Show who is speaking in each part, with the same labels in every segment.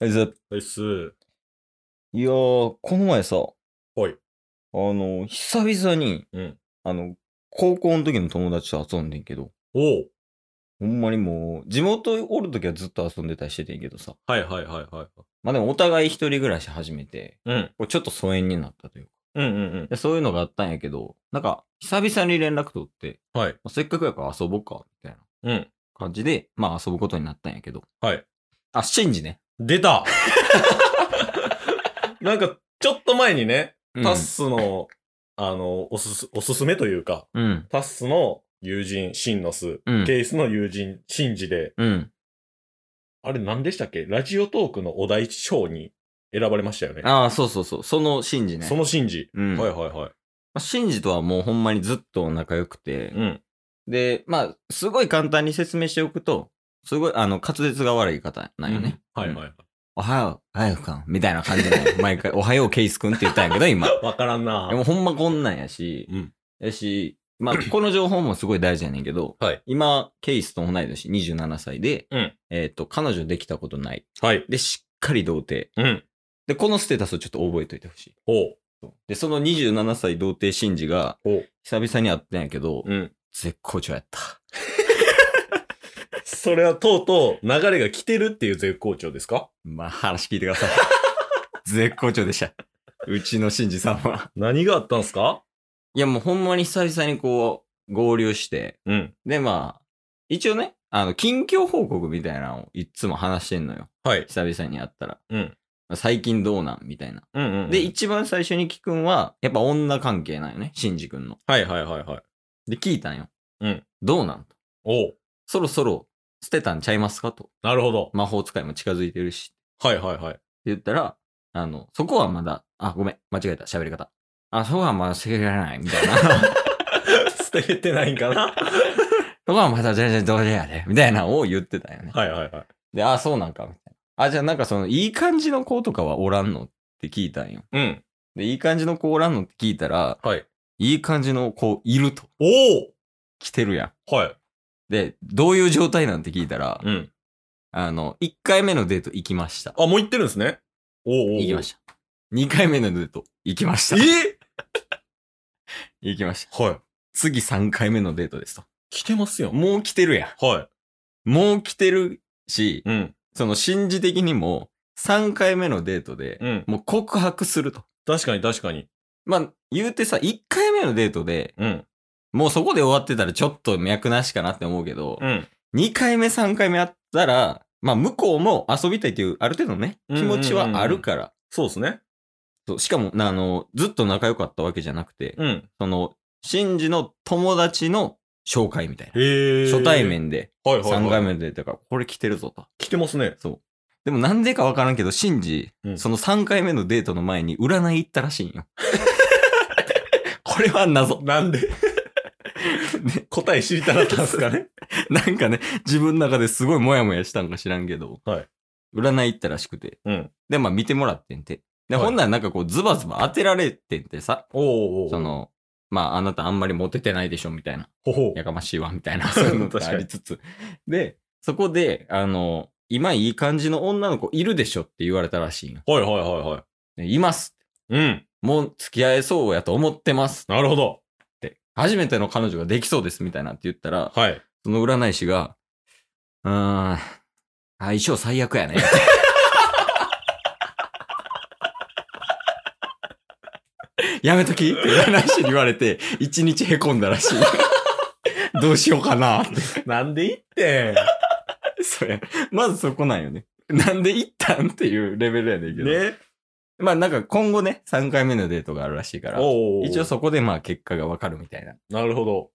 Speaker 1: あいつ
Speaker 2: ナイス。
Speaker 1: いやー、この前さ、あ
Speaker 2: はい。
Speaker 1: の、久々に、
Speaker 2: うん
Speaker 1: あの、高校の時の友達と遊んでんけど、
Speaker 2: おう
Speaker 1: ほんまにもう、地元おる時はずっと遊んでたりしててんけどさ、
Speaker 2: はいはいはいはい。
Speaker 1: まあでもお互い一人暮らし始めて、
Speaker 2: うん。
Speaker 1: こうちょっと疎遠になったというか、
Speaker 2: うんうん
Speaker 1: でそういうのがあったんやけど、なんか、久々に連絡取って、
Speaker 2: うん。はい。
Speaker 1: まあせっかくやから遊ぼうか、みたいな
Speaker 2: うん。
Speaker 1: 感じで、まあ遊ぶことになったんやけど、
Speaker 2: はい。
Speaker 1: あ、シンジね。
Speaker 2: 出たなんか、ちょっと前にね、タッスの、あの、おすす、おすすめというか、
Speaker 1: うん。
Speaker 2: タッスの友人、シンノス、
Speaker 1: うん。
Speaker 2: ケイスの友人、シンジで、
Speaker 1: うん。
Speaker 2: あれ何でしたっけラジオトークのお題賞に選ばれましたよね。
Speaker 1: ああ、そうそうそう。そのシンジね。
Speaker 2: そのシンジ。
Speaker 1: うん。
Speaker 2: はいはいはい。
Speaker 1: まあシンジとはもうほんまにずっと仲良くて、
Speaker 2: うん。
Speaker 1: で、まあ、すごい簡単に説明しておくと、すごい、あの、滑舌が悪い方なんよね。
Speaker 2: はいはい。
Speaker 1: おはよう、おはようかん、みたいな感じで、毎 回、おはよう、ケイスくんって言ったんやけど、今。
Speaker 2: わからんな
Speaker 1: でもほんまこんなんやし、
Speaker 2: うん
Speaker 1: やし、まあ、この情報もすごい大事やねんけど、
Speaker 2: はい
Speaker 1: 今、ケイスと同い年、27歳で、
Speaker 2: うん
Speaker 1: えっ、と、彼女できたことない。
Speaker 2: はい。
Speaker 1: で、しっかり童貞。
Speaker 2: うん。
Speaker 1: で、このステータスをちょっと覚えといてほしい。
Speaker 2: おう。
Speaker 1: で、その27歳童貞シンジが、
Speaker 2: おう。
Speaker 1: 久々に会ったんやけど、
Speaker 2: うん。
Speaker 1: 絶好調やった。
Speaker 2: それはとうとう流れが来てるっていう絶好調ですか
Speaker 1: まあ、話聞いてくださ い。絶好調でした。うちのシンジさんは。
Speaker 2: 何があったんすか
Speaker 1: いや、もうほんまに久々にこう、合流して、
Speaker 2: うん。
Speaker 1: で、まあ、一応ね、あの、近況報告みたいなのをいっつも話してんのよ。
Speaker 2: はい。
Speaker 1: 久々に会ったら。
Speaker 2: うん。
Speaker 1: まあ最近どうなんみたいな。
Speaker 2: うんうん、
Speaker 1: で、一番最初に聞くんは、やっぱ女関係なんよね。シンジ君の。
Speaker 2: はいはいはいはい。
Speaker 1: で、聞いたんよ。
Speaker 2: うん。
Speaker 1: どうなんと。
Speaker 2: おう。
Speaker 1: そろそろ捨てたんちゃいますかと。
Speaker 2: なるほど。
Speaker 1: 魔法使いも近づいてるし。
Speaker 2: はいはいは
Speaker 1: っ
Speaker 2: い。
Speaker 1: て言ったら、あの、そこはまだ、あ、ごめん、間違えた、喋り方。あ、そこはまだ捨てられない、みたいな。 そ
Speaker 2: 捨ててないんかな
Speaker 1: こはまだ全然どうでやで、みたいなのを言ってたよね。
Speaker 2: はいはいはい。
Speaker 1: で、あ、そうなんか、みたいな。あ、じゃあなんかその、いい感じの子とかはおらんのって聞いたんよ。
Speaker 2: うん。
Speaker 1: で、いい感じの子おらんのって聞いたら、
Speaker 2: はい。
Speaker 1: いい感じの子いると、
Speaker 2: お
Speaker 1: 来てるやん。
Speaker 2: おはい。
Speaker 1: で、どういう状態なんて聞いたら、
Speaker 2: うん。
Speaker 1: あの、1回目のデート行きました。
Speaker 2: あ、もう行ってるんですね。おうおうおう
Speaker 1: 行きました。2回目のデート行きました。
Speaker 2: え
Speaker 1: 行きました。
Speaker 2: はい。
Speaker 1: 次3回目のデートですと。
Speaker 2: 来てますよ。
Speaker 1: もう来てるやん。
Speaker 2: は
Speaker 1: もう来てるし、
Speaker 2: い。うん。
Speaker 1: その心理的にも3回目のデートで、
Speaker 2: うん。
Speaker 1: もう告白すると。
Speaker 2: 確かに確かに。
Speaker 1: まあ、言うてさ、1回目のデートで、
Speaker 2: うん。
Speaker 1: もうそこで終わってたらちょっと脈なしかなって思うけど、
Speaker 2: うん。
Speaker 1: 2回目、3回目あったら、まあ、向こうも遊びたいという、ある程度のね、
Speaker 2: うん
Speaker 1: 気持ちはあるから。
Speaker 2: そうですね。
Speaker 1: そうしかも、なあの、ずっと仲良かったわけじゃなくて、
Speaker 2: うん。
Speaker 1: その、シンジの友達の紹介みたいな。
Speaker 2: へえ。
Speaker 1: 初対。面で、
Speaker 2: はいはい、はい。
Speaker 1: 3回目で、だから、これ来てるぞと。
Speaker 2: 来てますね。
Speaker 1: でもなんでかわからんけど、シンジ、
Speaker 2: うん
Speaker 1: その3回目のデートの前に占い行ったらしいん よ。これは謎。
Speaker 2: なんで答え知りたかったんす かね。
Speaker 1: なんかね、自分の中ですごいモヤモヤしたんか知らんけど、
Speaker 2: はい
Speaker 1: 占い行ったらしくて。
Speaker 2: うん。
Speaker 1: で、まあ見てもらってんて。で、
Speaker 2: はい
Speaker 1: ほんならなんかこう、ズバズバ当てられてんてさ、
Speaker 2: おうおうおう
Speaker 1: その、まああなたあんまりモテてないでしょ、みたいな。
Speaker 2: ほほう
Speaker 1: やかましいわ、みたい な。そういうのがありつつ。で、そこで、あの、今いい感じの女の子いるでしょって言われたらしいんよ。
Speaker 2: はいはいはいはい。
Speaker 1: でいます。
Speaker 2: うん。
Speaker 1: もう付き合えそうやと思ってます。
Speaker 2: なるほど。
Speaker 1: って、初めての彼女ができそうですみたいなって言ったら、
Speaker 2: はい。
Speaker 1: その占い師が、うーん、相性最悪やね。 やめときって占い師に言われて、一日へこんだらしい。どうしようかなって。
Speaker 2: なんでいって
Speaker 1: そうや。まずそこなんよね。なんで行ったんっていうレベルやねんけど。
Speaker 2: ね。
Speaker 1: まあなんか今後ね、3回目のデートがあるらしいから、
Speaker 2: おうおう
Speaker 1: 一応そこでまあ結果がわかるみたいな
Speaker 2: なるほど。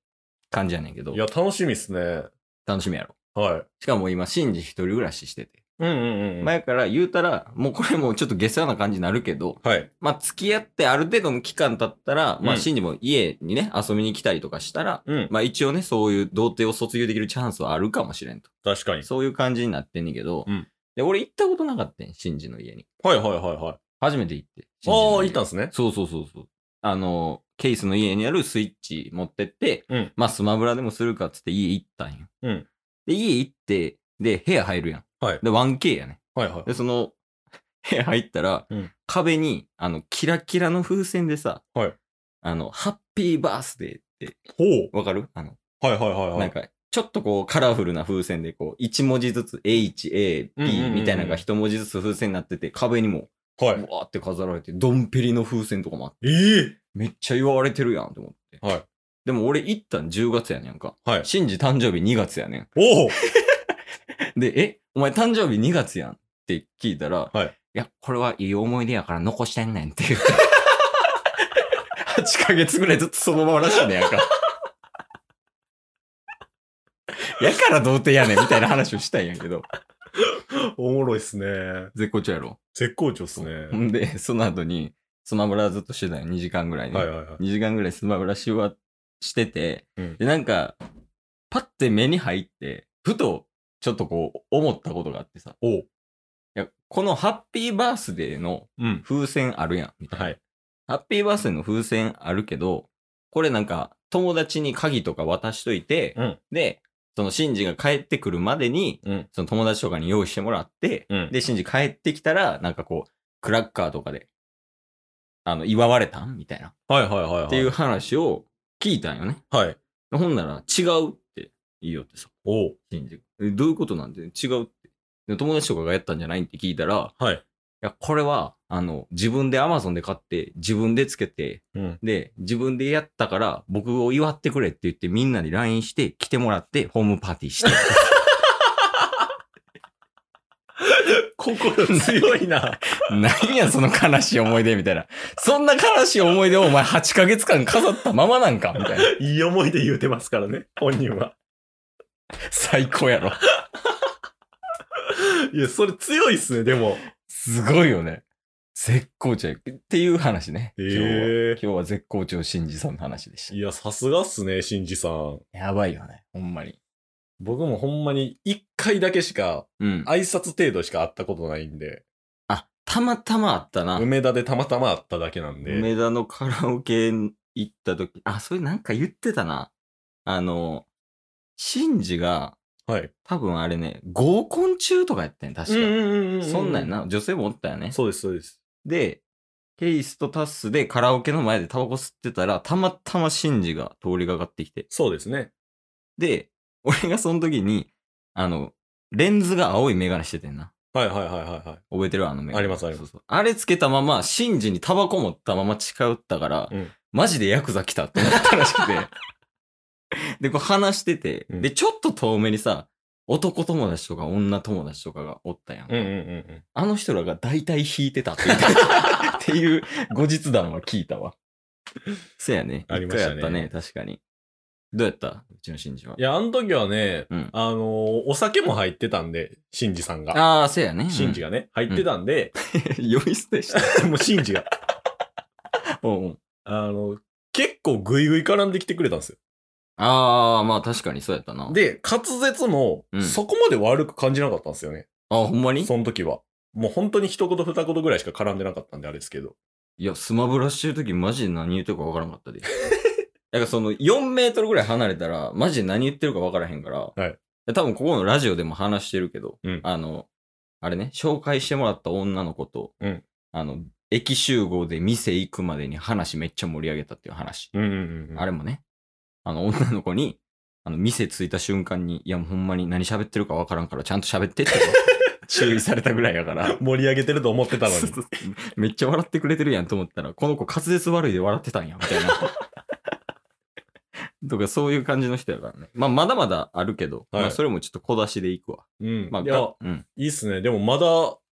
Speaker 1: 感じやねんけど
Speaker 2: い、や、楽しみっすね。
Speaker 1: 楽しみやろ。
Speaker 2: はい。
Speaker 1: しかも今、シンジ一人暮らししてて。
Speaker 2: うんうんうん。
Speaker 1: 前から言うたら、もうこれもうちょっと下世話な感じになるけど、
Speaker 2: はい。
Speaker 1: まあ付き合ってある程度の期間経ったら、まあ
Speaker 2: うん
Speaker 1: シンジも家にね、遊びに来たりとかしたら、
Speaker 2: うん。
Speaker 1: まあ一応ね、そういう童貞を卒業できるチャンスはあるかもしれんと。
Speaker 2: 確かに。
Speaker 1: そういう感じになってんねんけど、
Speaker 2: うん
Speaker 1: で、俺行ったことなかったん、シンジの家に。
Speaker 2: はいはいはいはい。
Speaker 1: 初めて行って。シンジの
Speaker 2: ああ、
Speaker 1: 家
Speaker 2: いたんすね。
Speaker 1: そうそうそうそう。あの、ケースの家にあるスイッチ持ってって、
Speaker 2: うん
Speaker 1: まあスマブラでもするかっつって家行ったんよ。
Speaker 2: うん
Speaker 1: で、家行って、で、部屋入るやん。
Speaker 2: はい
Speaker 1: で、1K やね。
Speaker 2: はいはい
Speaker 1: で、。その、 部屋入ったら、
Speaker 2: うん
Speaker 1: 壁に、あの、キラキラの風船でさ、
Speaker 2: はい
Speaker 1: あの、ハッピーバースデーって、
Speaker 2: ほう。
Speaker 1: わかるあの、
Speaker 2: はいはいはいは
Speaker 1: なん
Speaker 2: い。
Speaker 1: か、ちょっとこう、カラフルな風船で、こう、1文字ずつ、H、A、
Speaker 2: うんうんうんう
Speaker 1: B
Speaker 2: ん
Speaker 1: みたいなのが1文字ずつ風船になってて、壁にも、
Speaker 2: は
Speaker 1: わ
Speaker 2: い。
Speaker 1: ーって飾られて、ドンペリの風船とかもあって、
Speaker 2: え
Speaker 1: めっちゃ言われてるやんと思って。
Speaker 2: はい
Speaker 1: でも俺行ったん10月やねんか。
Speaker 2: えはい。
Speaker 1: シンジ誕生日2月やねん。
Speaker 2: おお
Speaker 1: で、え、お前誕生日2月やんって聞いたら、
Speaker 2: はい
Speaker 1: や、これはいい思い出やから残してんねんって いう。8ヶ月ぐらいずっとそのままらしいねやんか。 やから童貞やねんみたいな話をしたいんやけど。
Speaker 2: おもろいっすね。
Speaker 1: 絶好調やろ。
Speaker 2: 絶好調っすね。
Speaker 1: ほんで、その後に、スマブラずっとしてたよ、2時間ぐらいね。
Speaker 2: はいはいはい。
Speaker 1: 2時間ぐらいスマブラしわしてて、
Speaker 2: うん
Speaker 1: で、なんか、パッて目に入って、ふと、ちょっとこう、思ったことがあってさ、
Speaker 2: おう。
Speaker 1: いや、このハッピーバースデーの
Speaker 2: うん。
Speaker 1: 風船あるやん、みたいな。
Speaker 2: はい。
Speaker 1: ハッピーバースデーの風船あるけど、これなんか、友達に鍵とか渡しといて、
Speaker 2: うん
Speaker 1: で、そのシンジが帰ってくるまでに、
Speaker 2: うん。
Speaker 1: その友達とかに用意してもらって、
Speaker 2: うん。
Speaker 1: で、シンジ帰ってきたら、なんかこう、クラッカーとかで、あの、祝われたんみたいな。
Speaker 2: はいはいはいはい。
Speaker 1: っていう。話を聞いたんよね。
Speaker 2: はい。
Speaker 1: ほんなら、違うって言いよってさ、
Speaker 2: おう。
Speaker 1: シンジが。えどういうことなんで違うって。で友達とかがやったんじゃないって聞いたら、
Speaker 2: はい。
Speaker 1: いや、これは、あの、自分で Amazon で買って、自分でつけて、
Speaker 2: うん。
Speaker 1: で、自分でやったから、僕を祝ってくれって言って、みんなに LINE して、来てもらって、ホームパーティー して。
Speaker 2: 心強いな。
Speaker 1: 何や、その悲しい思い出みたいな。そんな悲しい思い出をお前8ヶ月間飾ったままなんかみたいな。
Speaker 2: いい思いで言うてますからね、本人は。
Speaker 1: 最高やろ。
Speaker 2: いや、それ強いっすね、でも。
Speaker 1: すごいよね。絶好調やっていう話ね。
Speaker 2: へ
Speaker 1: 今
Speaker 2: ー
Speaker 1: 日は今日は絶好調新次さんの話でし
Speaker 2: いや、さすがっすね、しんじさん。
Speaker 1: た。やばいよね。ほんまに。
Speaker 2: 僕もほんまに一回だけしか、
Speaker 1: うん。
Speaker 2: 挨拶程度しか会ったことないんで、
Speaker 1: あ、たまたまあったな。
Speaker 2: 梅田でたまたま会っただけなんで、
Speaker 1: 梅田のカラオケ行った時、あ、それなんか言ってたな。あの、シンジが、
Speaker 2: はい。
Speaker 1: 多分あれね、合コン中とかやったんや確か。
Speaker 2: う
Speaker 1: そんなんやな。女性もおったよね。
Speaker 2: そうです、そうです。
Speaker 1: で、ケイスとタッスでカラオケの前でタバコ吸ってたら、たまたまシンジが通りがかってきて。
Speaker 2: そうですね。
Speaker 1: で、 俺がその時に、あの、レンズが青いメガネしててんな。
Speaker 2: はいはいはいはいはい。
Speaker 1: 覚えてるあのメガネ。
Speaker 2: ありますあります
Speaker 1: そうそうあれつけたまま、シンジにタバコ持ったまま近寄ったから、
Speaker 2: うん
Speaker 1: マジでヤクザ来たって思ったらしくて。 で、こう話してて、
Speaker 2: うん
Speaker 1: で、ちょっと遠目にさ、男友達とか女友達とかがおったやん。
Speaker 2: うんうんうんうん。
Speaker 1: あの人らが大体弾いてたっ て言ってたっていう後日談は聞いたわ。せやね。
Speaker 2: ありましたね
Speaker 1: 一回やったね、確かに。どうやったうちのシンジは。
Speaker 2: いや、あの時はね、
Speaker 1: うん
Speaker 2: あのーお酒も入ってたんで、しんじさんが。
Speaker 1: ああ、せやね。
Speaker 2: しんじ
Speaker 1: が。
Speaker 2: がね、入ってたんで、
Speaker 1: 呼び捨てした。
Speaker 2: もうしんじが、
Speaker 1: うんうん
Speaker 2: あの、結構グイグイ絡んできてくれたんですよ。
Speaker 1: ああ、まあ確かにそうやったな。
Speaker 2: で、滑舌も
Speaker 1: うん、
Speaker 2: そこまで悪く感じなかったんですよね。
Speaker 1: あほんまに
Speaker 2: その時は。もう本当に一言二言ぐらいしか絡んでなかったんであれですけど。
Speaker 1: いや、スマブラしてるときマジで何言ってるかわからんかったで。 だからその4メートルぐらい離れたら、マジで何言ってるかわからへんから、
Speaker 2: はい
Speaker 1: 多分ここのラジオでも話してるけど、
Speaker 2: うん
Speaker 1: あの、あれね、紹介してもらった女の子と、
Speaker 2: うん
Speaker 1: あの、駅集合で店行くまでに話めっちゃ盛り上げたっていう話。
Speaker 2: うんうん
Speaker 1: あれもね、あの、女の子に、あの、店着いた瞬間に、いや、ほんまに何喋ってるかわからんから、ちゃんと喋ってって注意されたぐらいやから。
Speaker 2: 盛り上げてると思ってたの
Speaker 1: そう
Speaker 2: に
Speaker 1: そ。う めっちゃ笑ってくれてるやんと思ったら、この子滑舌悪いで笑ってたんや、みたいな。 とか、そういう感じの人やからね。まあ、まだまだあるけど、
Speaker 2: はい
Speaker 1: まあ、それもちょっと小出しでいくわ。
Speaker 2: うん。
Speaker 1: まあ、
Speaker 2: いや、
Speaker 1: がうん。
Speaker 2: いいっすね。でもまだ、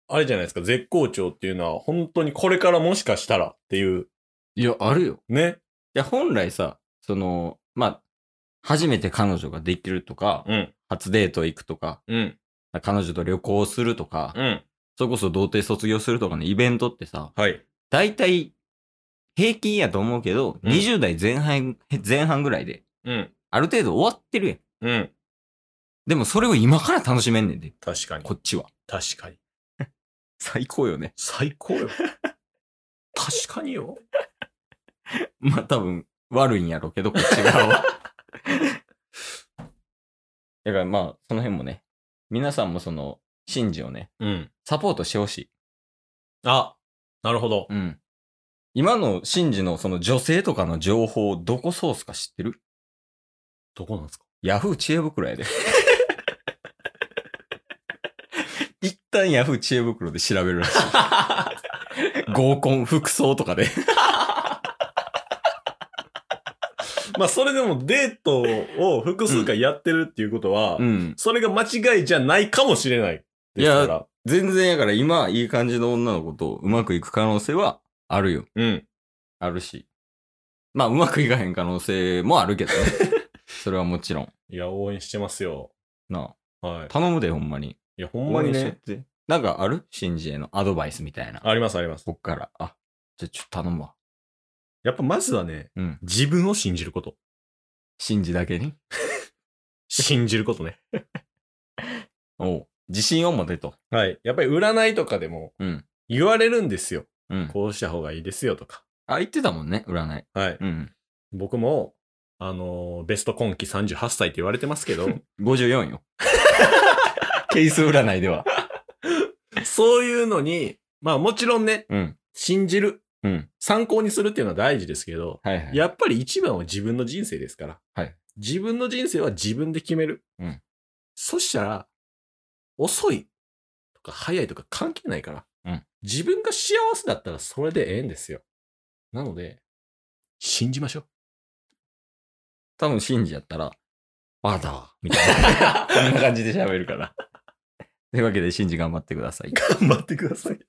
Speaker 2: あれじゃないですか、絶好調っていうのは、本当にこれからもしかしたらっていう、
Speaker 1: いや、あるよ。
Speaker 2: ね。
Speaker 1: いや、本来さ、その、まあ、初めて彼女ができるとか、
Speaker 2: うん。
Speaker 1: 初デート行くとか、
Speaker 2: うん。
Speaker 1: 彼女と旅行するとか、
Speaker 2: うん。
Speaker 1: それこそ童貞卒業するとかのイベントってさ、
Speaker 2: はい。
Speaker 1: 大体、平均やと思うけど、
Speaker 2: うん
Speaker 1: 20代前半、前半ぐらいで、
Speaker 2: うん。
Speaker 1: ある程度終わってるやん。
Speaker 2: うん。
Speaker 1: でもそれを今から楽しめんねんで、
Speaker 2: 確かに。
Speaker 1: こっちは。
Speaker 2: 確かに。
Speaker 1: 最高よね。
Speaker 2: 最高 よ。確かによ。
Speaker 1: まあ多分悪いんやろうけど、こっち側は。 だからまあ、その辺もね、皆さんもその、シンジをね、
Speaker 2: うん。
Speaker 1: サポートしてほしい。
Speaker 2: あ、なるほど。
Speaker 1: うん。今のシンジのその女性とかの情報、どこソースか知ってる
Speaker 2: どこなんですか
Speaker 1: ヤフー知恵袋 やで。一旦ヤフー知恵袋で調べるらし い。合コン、服装とかで。
Speaker 2: まあ、それでもデートを複数回やってるっていうことは、
Speaker 1: ん。
Speaker 2: それが間違いじゃないかもしれないですから。
Speaker 1: 全然やから今、いい感じの女の子とうまくいく可能性はあるよ。
Speaker 2: うん。
Speaker 1: あるし。まあ、うまくいかへん可能性もあるけ どね。それはもちろん。
Speaker 2: いや、応援してますよ。
Speaker 1: なあ
Speaker 2: はい。
Speaker 1: 頼むで、ほんまに。
Speaker 2: いや、ほんまに
Speaker 1: 応援し
Speaker 2: ね。
Speaker 1: てって。なんかあるシンジへのアドバイスみたいな。
Speaker 2: ありますあります。
Speaker 1: 僕から。あ、じゃあちょっと頼むわ。
Speaker 2: やっぱまずはね、
Speaker 1: うん。
Speaker 2: 自分を信じること。
Speaker 1: シンジだけに。
Speaker 2: 信じることね。
Speaker 1: おう自信を持てと。
Speaker 2: はい。やっぱり占いとかでも
Speaker 1: うん。
Speaker 2: 言われるんですよ。
Speaker 1: うん。
Speaker 2: こうした方がいいですよとか。
Speaker 1: あ、言ってたもんね、占い。
Speaker 2: はい。
Speaker 1: うん。
Speaker 2: 僕も、あのーベスト今季38歳って言われてます けど、
Speaker 1: 54よ。ケース占いでは。
Speaker 2: そういうのに、まあもちろんね、
Speaker 1: うん。
Speaker 2: 信じる、
Speaker 1: うん。
Speaker 2: 参考にするっていうのは大事ですけど、
Speaker 1: はいはい。
Speaker 2: やっぱり一番は自分の人生ですから。
Speaker 1: はい
Speaker 2: 自分の人生は自分で決める。
Speaker 1: うん
Speaker 2: そしたら、遅いとか早いとか関係ないから、
Speaker 1: うん
Speaker 2: 自分が幸せだったらそれでええんですよ。なので、信じましょう。
Speaker 1: 多分シンジやったら、わだわ。 みたい な。こんな感じで喋るから。というわけで、シンジ頑張ってください。
Speaker 2: 頑張ってください。